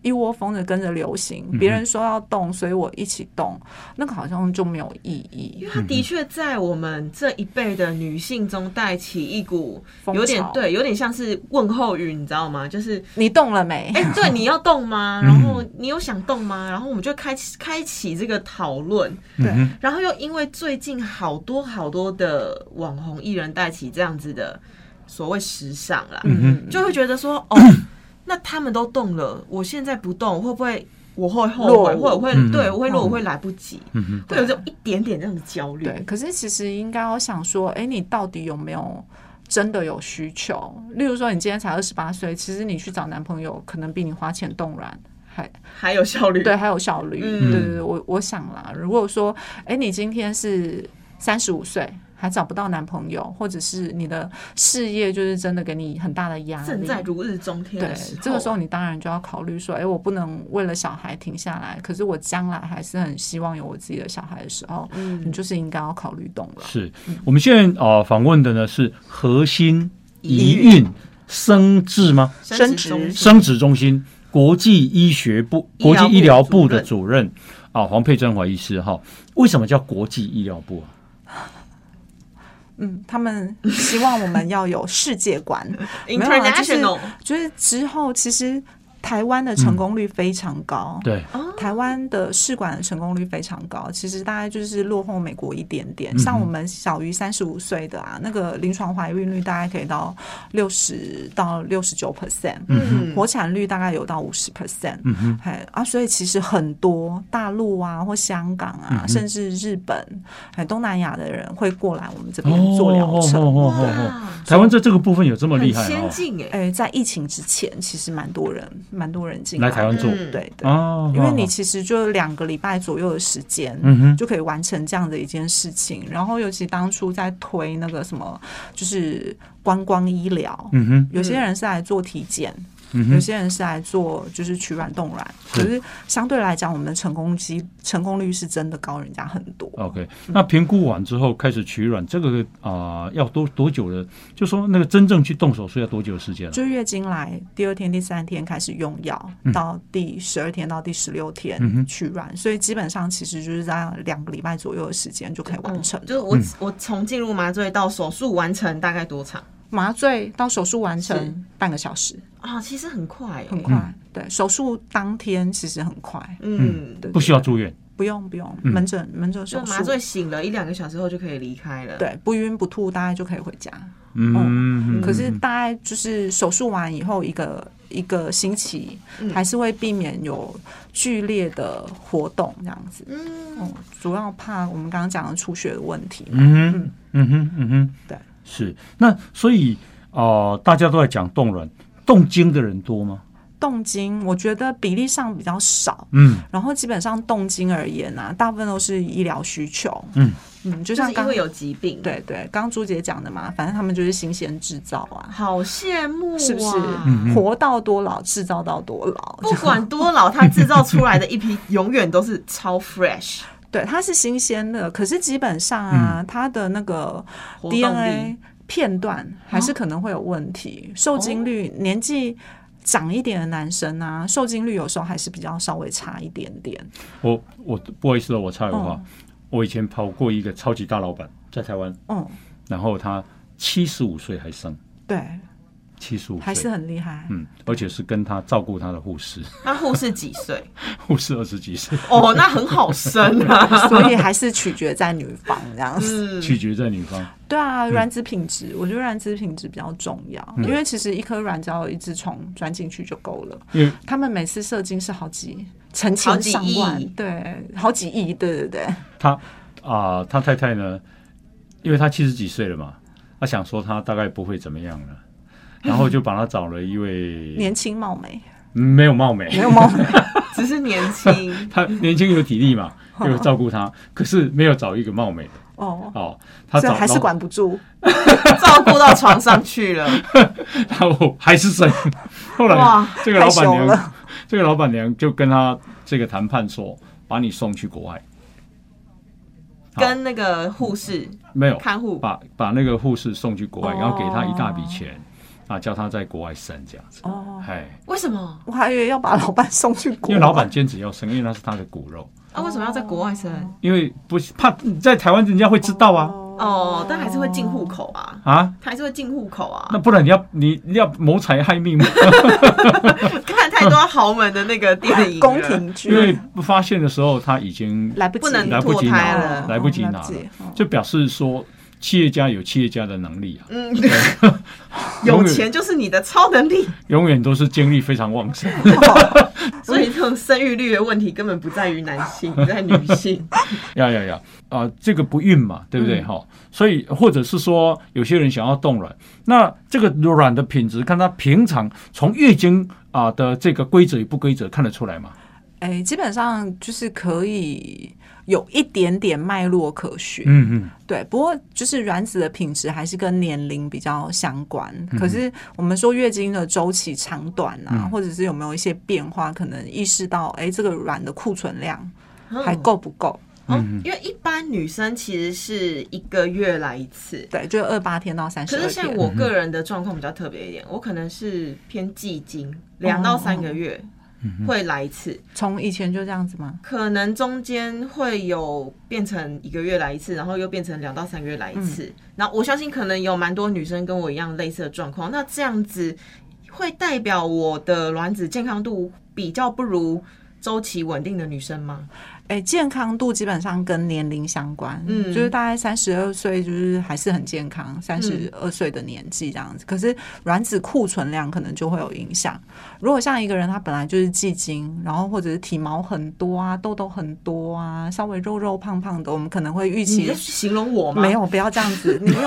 一窝蜂的跟着流嗯行，别人说要动，所以我一起动，那个好像就没有意因义。为他的确在我们这一辈的女性中带起一股风有点潮嗯对，有点像是问候语，你知道吗？就是你动了没？嗯哎、对，你要动嗯吗？然后你有想动吗？然后我们就开启开启这个讨论，嗯对哼然后又因为最近好多好多的网红艺人带起这样子的所谓时尚啦，嗯就会觉得说， 哦，那他们都动了，我现在不动，会不会我会后落悔，伍或者会、嗯对我会落，我嗯会来不及，嗯哼，会有这种一点点这样的焦虑。对，可是其实应该要想说，哎、你到底有没有真的有需求？例如说，你今天才二十八岁，其实你去找男朋友，可能比你花钱动软还还有效率，对，还有效率。嗯对对对，我我想啦，如果说，哎、你今天是三十五岁。还找不到男朋友，或者是你的事业就是真的给你很大的压力，正在如日中天对的时候，，这个时候你当然就要考虑说，哎、我不能为了小孩停下来，可是我将来还是很希望有我自己的小孩的时候，你嗯，就是应该要考虑懂了。是我们现在啊访问的呢是核心一遗孕生智吗？升值值中心生殖中心国际医学部、医疗部国际医疗部的主任啊，黄佩珍华医师哈，为什么叫国际医疗部啊？嗯，他们希望我们要有世界观， 没有啊就是 international，就是之后其实台湾的成功率非常高，对，台湾的试管的成功率非常高，其实大概就是落后美国一点点。嗯像哼我们小于三十五岁的啊，那个临床怀孕率大概可以到六十到六十九 percent，嗯活产率大概有到五十 percent。嗯哼，哎啊，所以其实很多大陆啊，或香港啊，嗯哼甚至日本，还东南亚的人会过来我们这边哦做疗程。哦哦哦哇哦，台湾在这个部分有这么很厉害先啊？进哎，哎、在疫情之前，其实蛮多人，蛮多人进来台湾做嗯对对，哦，因为你其实就两个礼拜左右的时间，嗯哼就可以完成这样的一件事情。然后，尤其当初在推那个什么，就是观光医疗，嗯哼有些人是来做体检，嗯有哼些人是来做就是取卵冻卵，是可是相对来讲，我们的成功机成功率是真的高人家很多。 ，OK，那评估完之后开始取卵，这个啊、要多多久的？就说那个真正去动手术要多久的时间了？啊就月经来第二天、第三天开始用药，到第十二天到第十六嗯哼天取卵，所以基本上其实就是在两个礼拜左右的时间就可以完成嗯。就是我我从进入麻醉到手术完成大概多长麻醉到手术完是成半个小时，啊？其实很快欸，很快。对，手术当天其实很快，嗯，对不需要嗯住院，不用不用，门诊门诊就手术，麻醉醒了一两个小时后就可以离开了。，对，不晕不吐，大概就可以回家。嗯哼，可是大概就是手术完以后一个一个星期，嗯还是会避免有剧烈的活动这样子。嗯，嗯，主要怕我们刚刚讲的出血的问题嘛。嗯哼，嗯哼，嗯哼，对，是。那所以啊、呃大家都在讲冻卵，动经的人多吗？动经，我觉得比例上比较少。嗯然后基本上动经而言啊，大部分都是医疗需求。嗯嗯，就就像是因刚为有疾病，，对对，刚刚朱姐讲的嘛，反正他们就是新鲜制造啊，好羡慕啊，是不是？嗯活到多老，制造到多老。不管多老，它制造出来的一批永远都是超 fresh，对，它是新鲜的，可是基本上嗯啊，它的那个活动力哦 DNA 片段还是可能会有问题，受精率年纪。长一点的男生啊，受精率有时候还是比较稍微差一点点。我我不好意思哦，我插一个话，嗯我以前跑过一个超级大老板，在台湾，嗯，然后他七十五岁还生，对，七十五还是岁。很厉害。嗯，而且是跟他照顾他的护士， 那护士几岁？护士二十几岁，哦，那很好生啊。嗯所以还是取决在女方这样子。嗯，取决在女方。对啊，嗯卵子品质，我觉得卵子品质比较重要，因为其实一颗卵只要有一只虫钻进去就够了。因为他们每次射精是好几成好千几上亿万，对，好几亿，对对对，他啊、他太太呢，因为他七十几岁了嘛，他想说他大概不会怎么样了，然后就把他找了一位年轻貌美， 没有貌美，，没有貌美，只是年轻他年轻有体力 嘛，有照顾他，可是没有找一个貌美的哦，哦， 他所找以还是到管不住，照顾到床上去了。 然后哦还是生。后来哇这个老太板凶娘了，这个老板娘就跟他这个谈判说，把你送去国外，好跟那个护士没有看护把把那个护士送去国外，哦然后给他一大笔钱，啊，叫他在国外生这样子。哦，哎，为什么我还以为要把老板送去国，因为老板坚持要生，因为那是他的骨肉，啊？为什么要在国外生？因为不怕在台湾人家会知道啊哦，但还是会进户口啊，啊，还是会进户口啊那。不然你要你你要谋财害命吗？ 看太多豪门的那个电影了，宫廷因为剧，不发现的时候他已经来不及不能来不及堕胎拿了。来不及拿哦了了解哦，就表示说企业家有企业家的能力啊，嗯， 有钱就是你的超能力，永远都是精力非常旺盛。啊哦所以这种生育率的问题根本不在于男性，在女性。 呀呀呀！啊，这个不孕嘛，对不对？嗯哈、所以或者是说，有些人想要冻卵，那这个卵的品质，看它平常从月经啊的这个规则与不规则看得出来嘛？哎，基本上就是可以有一点点脉络可循。嗯嗯，对，不过就是卵子的品质还是跟年龄比较相关。可是我们说月经的周期长短啊，嗯或者是有没有一些变化，可能意识到，哎，这个卵的库存量嗯还够不够？哦，嗯因为一般女生其实是一个月来一次，对，就二八天到三十可二是天。嗯像我个人的状况比较特别一点，我可能是偏季经，两到三个哦月嗯会来一次，从以前就这样子吗？可能中间会有变成一个月来一次，然后又变成两到三个月来一嗯次。那、我相信可能有蛮多女生跟我一样类似的状况。那这样子会代表我的卵子健康度比较不如周期稳定的女生吗？哎，健康度基本上跟年龄相关，嗯就是大概三十二岁就是还是很健康，三十二岁的年纪这样子。可是卵子库存量可能就会有影响。如果像一个人他本来就是忌精，然后或者是体毛很多啊、痘痘很多啊、稍微肉肉胖胖的，我们可能会预你期在。形容我吗？没，有，不要这样 子。你没有，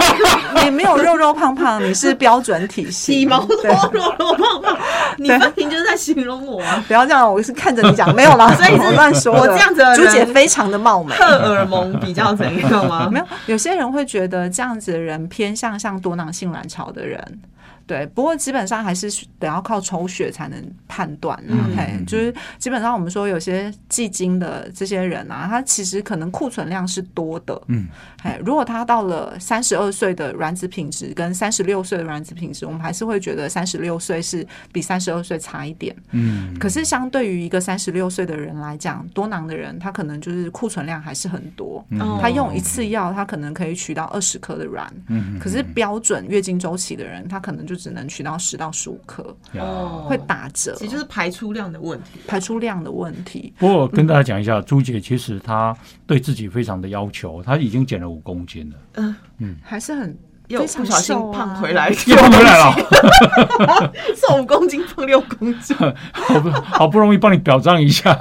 你没有肉肉胖胖，你是标准体型。体毛多对，肉肉胖胖，你 对分明就是在形容我啊！不要这样，我是看着你讲，没有 啦，所以是我乱说我的这样子的朱姐人非常的貌美，荷尔蒙比较怎样吗？ 没有，有些人会觉得这样子的人偏向像多囊性卵巢的人。对，不过基本上还是得要靠抽血才能判断、啊。嗯嘿就是基本上我们说有些忌精的这些人啊，他其实可能库存量是多的。嗯，嘿，如果他到了三十二岁的卵子品质跟三十六岁的卵子品质，我们还是会觉得三十六岁是比三十二岁差一点。嗯，可是相对于一个三十六岁的人来讲，多囊的人他可能就是库存量还是很多。哦他用一次药，他可能可以取到二十颗的卵，嗯可是标准月经周期的人，他可能就只能取到十到十五颗，呀哦会打折，其实就是排出量的问题。排出量的问题。不过跟大家讲一下，朱姐其实她对自己非常的要求，她已经减了五公斤了，嗯、还是很又非常不小心瘦啊胖回来， 又胖回来了，瘦五公斤胖六公 斤， 好不好不容易帮你表彰一下。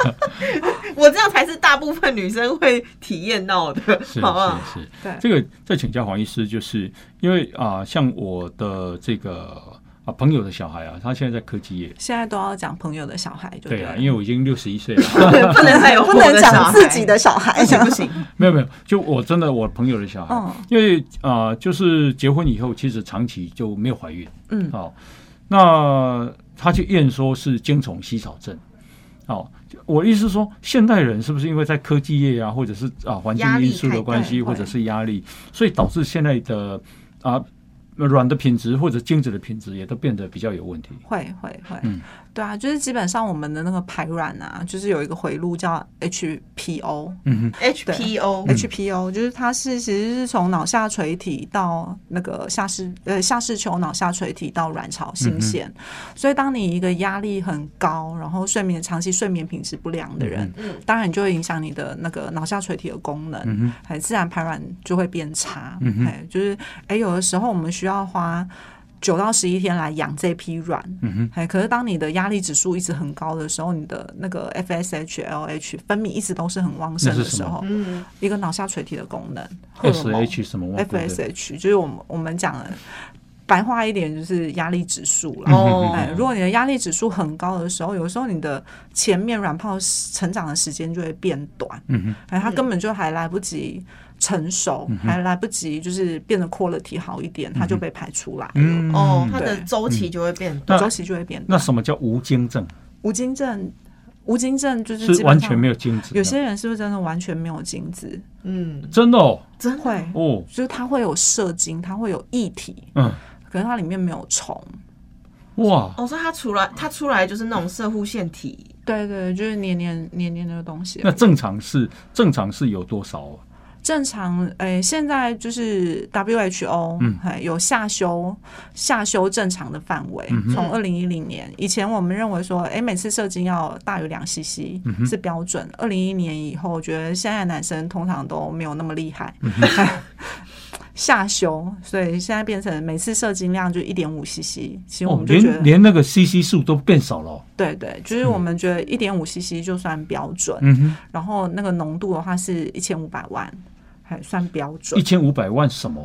我这样才是大部分女生会体验到的，是好不好？是啊是，对这个再请教黄医师，就是因为啊、像我的这个啊朋友的小孩啊，他现在在科技业，现在都要讲朋友的小孩，就对了啊，因为我已经六十一岁了， 不能再有 不我能的小讲孩自己，的小孩不，行不行，没有没有，就我真的我朋友的小孩，嗯因为啊、就是结婚以后，其实长期就没有怀孕，嗯哦，那他去验说是精虫稀少症，哦。我意思是说，现代人是不是因为在科技业啊，或者是啊环境压力因素太的大关系，会或者是压力，所以导致现在的啊卵的品质或者精子的品质也都变得比较有问题。会会会，嗯对啊，就是基本上我们的那个排卵啊，就是有一个回路叫 HPO，嗯 HPO HPO，就是它是其实是从脑下垂体到那个下视呃下视丘脑下垂体到嗯卵巢心腺，所以当你一个压力很高，然后睡眠长期睡眠品质不良的人，嗯哼当然就会影响你的那个脑下垂体的功能，嗯哼嗯哎，自然排卵就会变差，哎，就是哎有的时候我们需要花。九到十一天来养这批卵，嗯哼，可是当你的压力指数一直很高的时候，你的那个 FSH、LH 分泌一直都是很旺盛那的是什时么候，嗯，一个脑下垂体的功能荷尔，S 蒙 H 什么忘记了 FSH，就是我们我们讲的白话一点就是压力指数嗯了。哦哎，如果你的压力指数很高的时候，有时候你的前面卵泡成长的时间就会变短，嗯哎，它根本就还来不及成熟，还来不及就是变得 quality 好一点，它就被排出来了，嗯哦，它的对周期就会变短。那周期就会变短。那什么叫无精症？无精症，无精症就是基是本完上全没有精子的，有些人是不是真的完全没有精子？嗯，真的哦，真的会，哦，就是它会有射精，它会有液体，嗯，可是它里面没有虫，哇，哦，所以它出来，它出来就是那种射护腺体，对对，就是黏黏黏黏的东西。那正常是正常是有多少、啊？正常，诶、现在就是 WHO，嗯嘿有下修下修正常的范围嗯哼。从二零一零年以前，我们认为说，诶、每次射精要大于两 CC 嗯哼是标准。二零一年以后，我觉得现在的男生通常都没有那么厉害，嗯 下修，所以现在变成每次射精量就一点五 CC。其实我哦们，就觉得、连连那个 CC 数都变少了哦、对对，就是我们觉得一点五 CC 就算标准，嗯然后那个浓度的话是一千五百万，还算标哼，一准。千五百万什么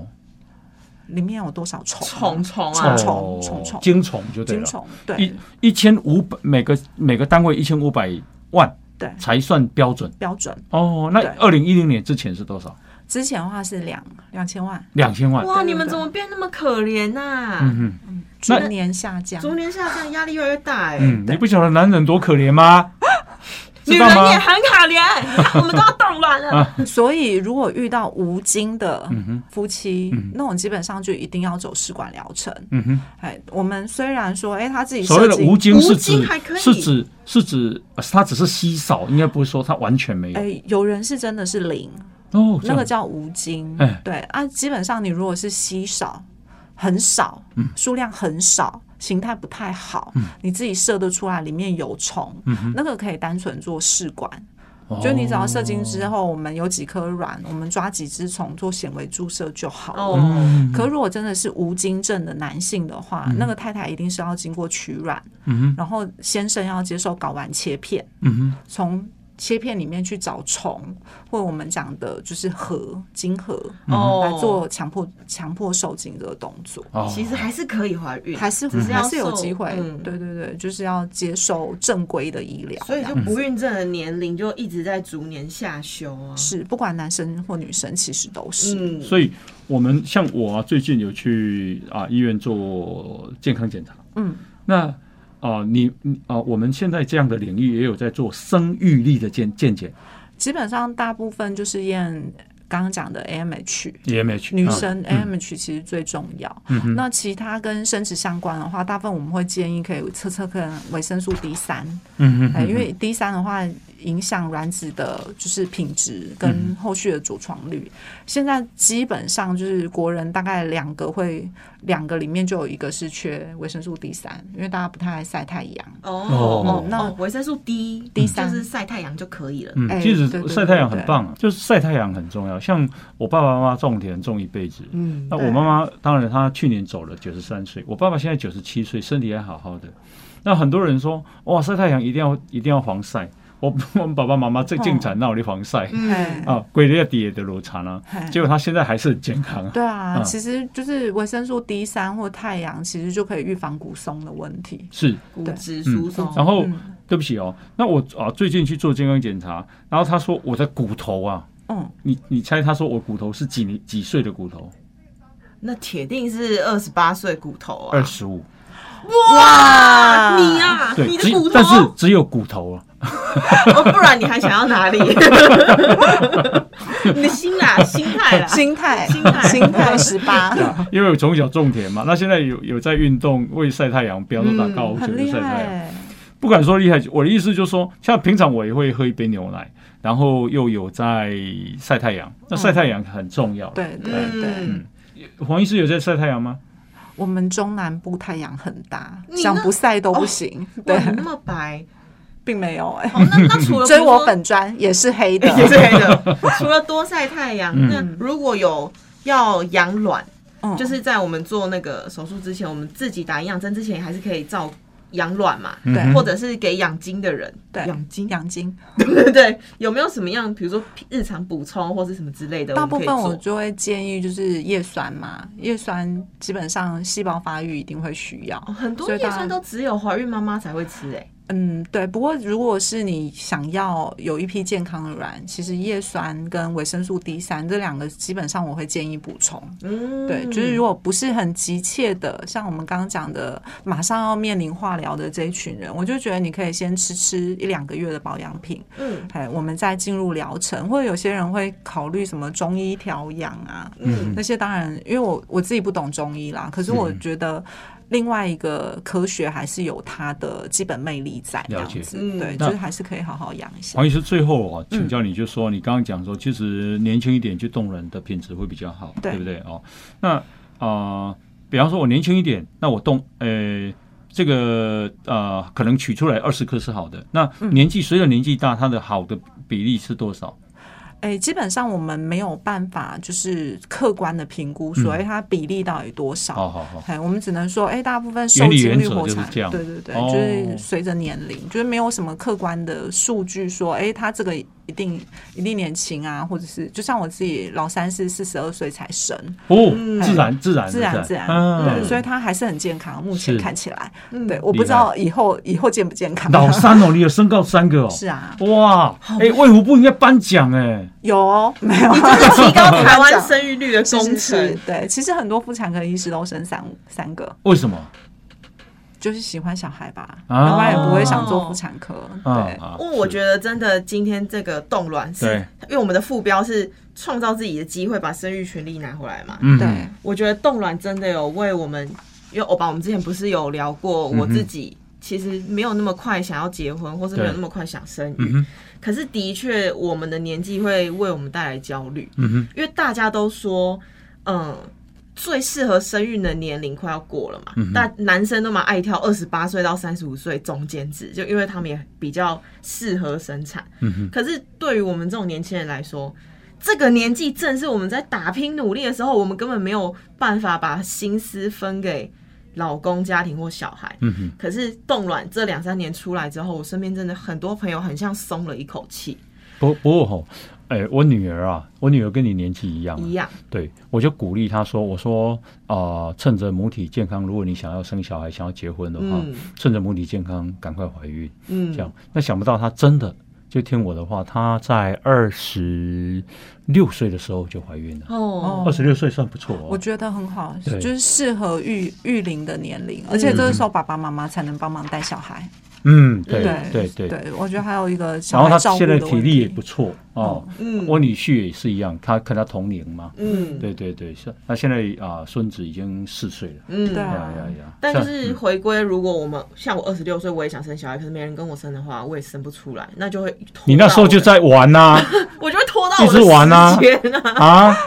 里面有多少虫？虫虫啊虫，虫哦虫虫精虫就对金了，虫，对一一千五百每个每个单位一千五百万对，才算标准标准。哦。那对二零一零年之前是多少？之前的话是两两千万，两千万。哇，啊对对你们怎么变那么可怜啊呐、嗯哼。逐那年下 降。逐年下降，压力越来越大哎、嗯，你对不晓得男人多可 怜吗？女知道人也吗？啊很可 怜，我们都要冻卵了。所以如果遇到无精的嗯哼，夫妻，嗯那种基本上就一定要走试管疗程。嗯哼。哎，我们虽然说，哎，他自己所谓的射精无精是无精指还可以是指是指，呃它只是稀少，应该不是说它完全没有。哎，有人是真的是零，哦，那这样个叫无精哎。对啊，基本上你如果是稀少、很少、嗯数量很少、形态不太好，你自己射得出来里面有虫，嗯那个可以单纯做试管。哦就你只要射精之后，我们有几颗卵，我们抓几只虫做显微注射就好了。哦，嗯可如果真的是无精症的男性的话，那个太太一定是要经过取卵，嗯然后先生要接受睾丸切片，哼嗯哼从切片里面去找虫，或者我们讲的就是核精核，嗯哦来做强迫强迫受精这个动作。哦，其实还是可以怀孕，还是嗯嗯只是要还是有机会，受嗯对对对，就是要接受正规的医疗，所以这就嗯样不孕症的年龄就一直在逐年下修啊。是不管男生或女生，其实都是。嗯，所以我们像我啊，最近有去啊医院做健康检查。嗯，那啊、你你啊、我们现在这样的领域也有在做生育力的健健检基本上大部分就是验刚刚讲的 AMH， ，EMH 女啊生 AMH 其实最重要。嗯那其他跟生殖相关的话，大部分我们会建议可以测测看维生素 D 三、嗯哎因为 D 三的话影响卵子的就是品质跟嗯后续的着床率。现在基本上就是国人大概两个会两个里面就有一个是缺维生素 D 三，因为大家不太爱晒太阳。哦哦，那哦维生素 D D 就三是晒太阳就可以了。嗯，哎其实对对晒太阳对很棒啊，就是晒太阳很重要。像我爸爸妈妈种田种一辈子，嗯，那对我妈妈当然她去年走了，九十三岁，我爸爸现在九十七岁，身体还好好的。那很多人说，哇，晒太阳一定要一定要防晒。我 我们爸爸妈妈在哦进产那里防晒、嗯哎哦啊，鬼烈底也的裸茶啦，哎结果他现在还是很健康啊。对啊，嗯其实就是维生素 D 三或太阳，其实就可以预防骨松的问题。是，骨对质疏松，然后、嗯对不起哦，那我啊最近去做健康检查，然后他说我的骨头啊，嗯，你你猜他说我骨头是几年几岁的骨头？那铁定是二十八岁骨头二啊！十五，哇，你啊，对，你只的骨头，但是只有骨头啊，哦，不然你还想要 哪里？你的心啦，心态啦，心态，啊心态心态十八，啊因为我从小种田嘛，那现在有有在运动，为晒太阳，不要说打高尔夫球嗯很就厉晒太阳，害。不敢说厉害。我的意思就是说，像平常我也会喝一杯牛奶，然后又有在晒太阳。那晒太阳很重要。，嗯对对对，嗯黄医师有在晒太阳吗？我们中南部太阳很大，你那哦想不晒都不行。哇，嗯对，你那么白，并没有哎、哦，那那除 了追我比如说，粉啊砖也是黑的也是黑的。除了多晒太阳，嗯那如果有要养卵，嗯就是在我们做那个手术之前，我们自己打营养针之前，还是可以照养卵嘛，对嗯哼或者是给养精的人，对养 精，养精。对对对，有没有什么样，比如说日常补充或是什么之类的，大部分我我们可以做就会建议就是叶酸嘛，叶酸基本上细胞发育一定会需要哦。很多所以叶大家酸都只有怀孕妈妈才会吃，哎，嗯，对。不过如果是你想要有一批健康的卵，其实叶酸跟维生素 D 三这两个基本上我会建议补充。嗯，对，就是如果不是很急切的，像我们刚刚讲的，马上要面临化疗的这一群人，我就觉得你可以先吃吃一两个月的保养品，嗯哎，我们再进入疗程，或者有些人会考虑什么中医调养啊，嗯那些当然，因为我我自己不懂中医啦，可是我觉得另外一个科学还是有它的基本魅力在，这了样解子，嗯对，那就是还是可以好好养一下黄。医师，最后啊，请教你，就说、你刚刚讲说，其实年轻一点去动人的品质会比较好，对不对？哦，那啊、呃比方说我年轻一点，那我动呃。这个呃，可能取出来二十颗是好嗯的。那年纪随着年纪大，它的好的比例是多少？哎、基本上我们没有办法就是客观的评估说，哎、它比例到底多少。好好好，哎，我们只能说，哎、大部分受哦原理精原率则活就是产，这样对对对，哦就是随着年龄，就是没有什么客观的数据说，哎、他这个一定一定年轻啊，或者是就像我自己老三是四十二岁才生，哦，自然自然嗯自然自然，对，嗯， 所以他还是很健康，目是前看起来，嗯对，我不知道以后以后健不健康，老三哦，你有升高三个哦， 是啊，哇，哎，卫福部应该颁奖哎，有 哦，没有。提高 台湾生育率的是工是是程。，对，其实很多妇产科医师都生三三个，为什么？就是喜欢小孩吧，啊要不然也不会想做妇产科。对，哦啊因为我觉得得真的今天这个冻卵是对，因为我们的副标是创造自己的机会，把生育权利拿回来嘛。嗯对，我觉得冻卵真的有为我们，因为欧巴，我们之前不是有聊过，我自己其实没有那么快想要结婚，或是没有嗯对那么快想生嗯育哼。可是的确，我们的年纪会为我们带来焦虑，嗯哼，因为大家都说，嗯。最适合生育的年龄快要过了嘛，但男生都蛮爱挑二十八岁到三十五岁中间值，就因为他们也比较适合生产。嗯哼。可是对于我们这种年轻人来说，这个年纪正是我们在打拼努力的时候，我们根本没有办法把心思分给老公、家庭或小孩。嗯哼，可是冻卵这两三年出来之后，我身边真的很多朋友很像松了一口气不不过吼，哎、我女儿啊，我女儿跟你年纪一样啊、一样。对我就鼓励她说，我说啊、呃趁着母体健康，如果你想要生小孩、想要结婚的话，嗯趁着母体健康，赶快怀孕，嗯，这样。那想不到她真的就听我的话，她在二十六岁的时候就怀孕了，哦，哦二十六岁算不错我哦。觉得很好，对就是适合育育龄的年龄，而且这个时候爸爸妈妈才能帮忙带小孩。嗯，对对对对。对，我觉得还有一个小然后孩她照顾现在的体问力也题不。错哦，嗯我女婿也是一样，他跟他同龄嘛，嗯对对对，是。那现在啊、孙子已经四岁了。对啊嗯。呀呀呀！但就像嗯是回归，如果我们像我二十六岁，我也想生小孩，可是没人跟我生的话，我也生不出来，那就会拖你那到时候我就的，在玩呐 我就会拖到一我直的玩啊 时间啊。啊，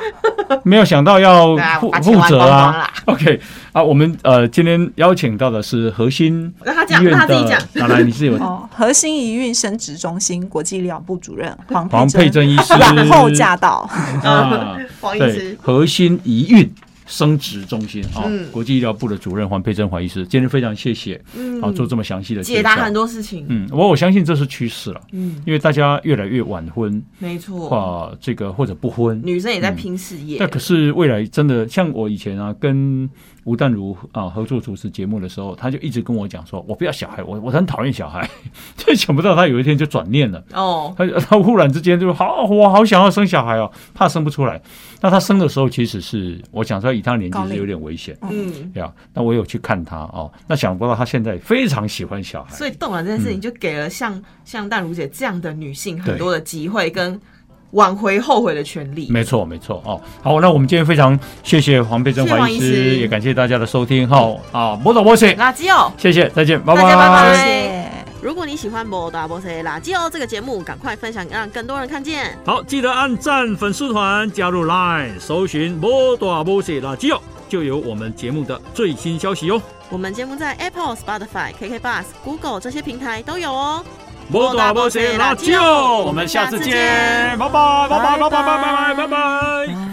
没有想到要对啊负我把钱负玩责光光啊啦。 OK 啊，我们呃今天邀请到的是核心让他医讲，院让他自己的讲。，啊来你是有 哦，核心一孕生殖中心国际医疗部主任黄黄佩佩珍医 师然后驾到，啊， 黄医对师，核心一孕。生殖中心啊、嗯国际医疗部的主任黄佩珍黄医师，今天非常谢谢，嗯啊，做这么详细的介解答绍很，多事情。嗯，我我相信这是趋势了，嗯，因为大家越来越晚婚没错，啊，这个或者不婚，女生也在拼事业嗯那。可是未来真的像我以前啊，跟吴淡如啊合作主持节目的时候，他就一直跟我讲说，我不要小孩，我我很讨厌小孩。 就想不到他有一天就转念了，哦，他他忽然之间就好，我好想要生小孩哦，怕生不出来。那他生的时候，其实是我想说，以他年纪高是龄有点危险。嗯，呀、那我有去看他哦，那想不到他现在非常喜欢小孩。所以冻卵这件嗯事情就给了像像淡如姐这样的女性很多的机会跟挽回后悔的权利。没错，没错哦。好，那我们今天非常谢谢黄佩珍谢谢黄黄医医师，师也感谢大家的收听。好啊，摩走摩西，垃圾哦，谢谢，再见，大家拜拜谢谢谢谢。如果你喜欢《摩大波塞垃圾哦》这个节目，赶快分享，让更多人看见。好，记得按赞粉丝团，加入 Line，搜寻“摩大摩西垃圾哦”，就有我们节目的最新消息哦。我们节目在 Apple、Spotify、KK Bus、Google 这些平台都有哦。摩大摩西垃圾哦，我们下次见，拜拜，拜拜，拜拜，拜拜，拜拜。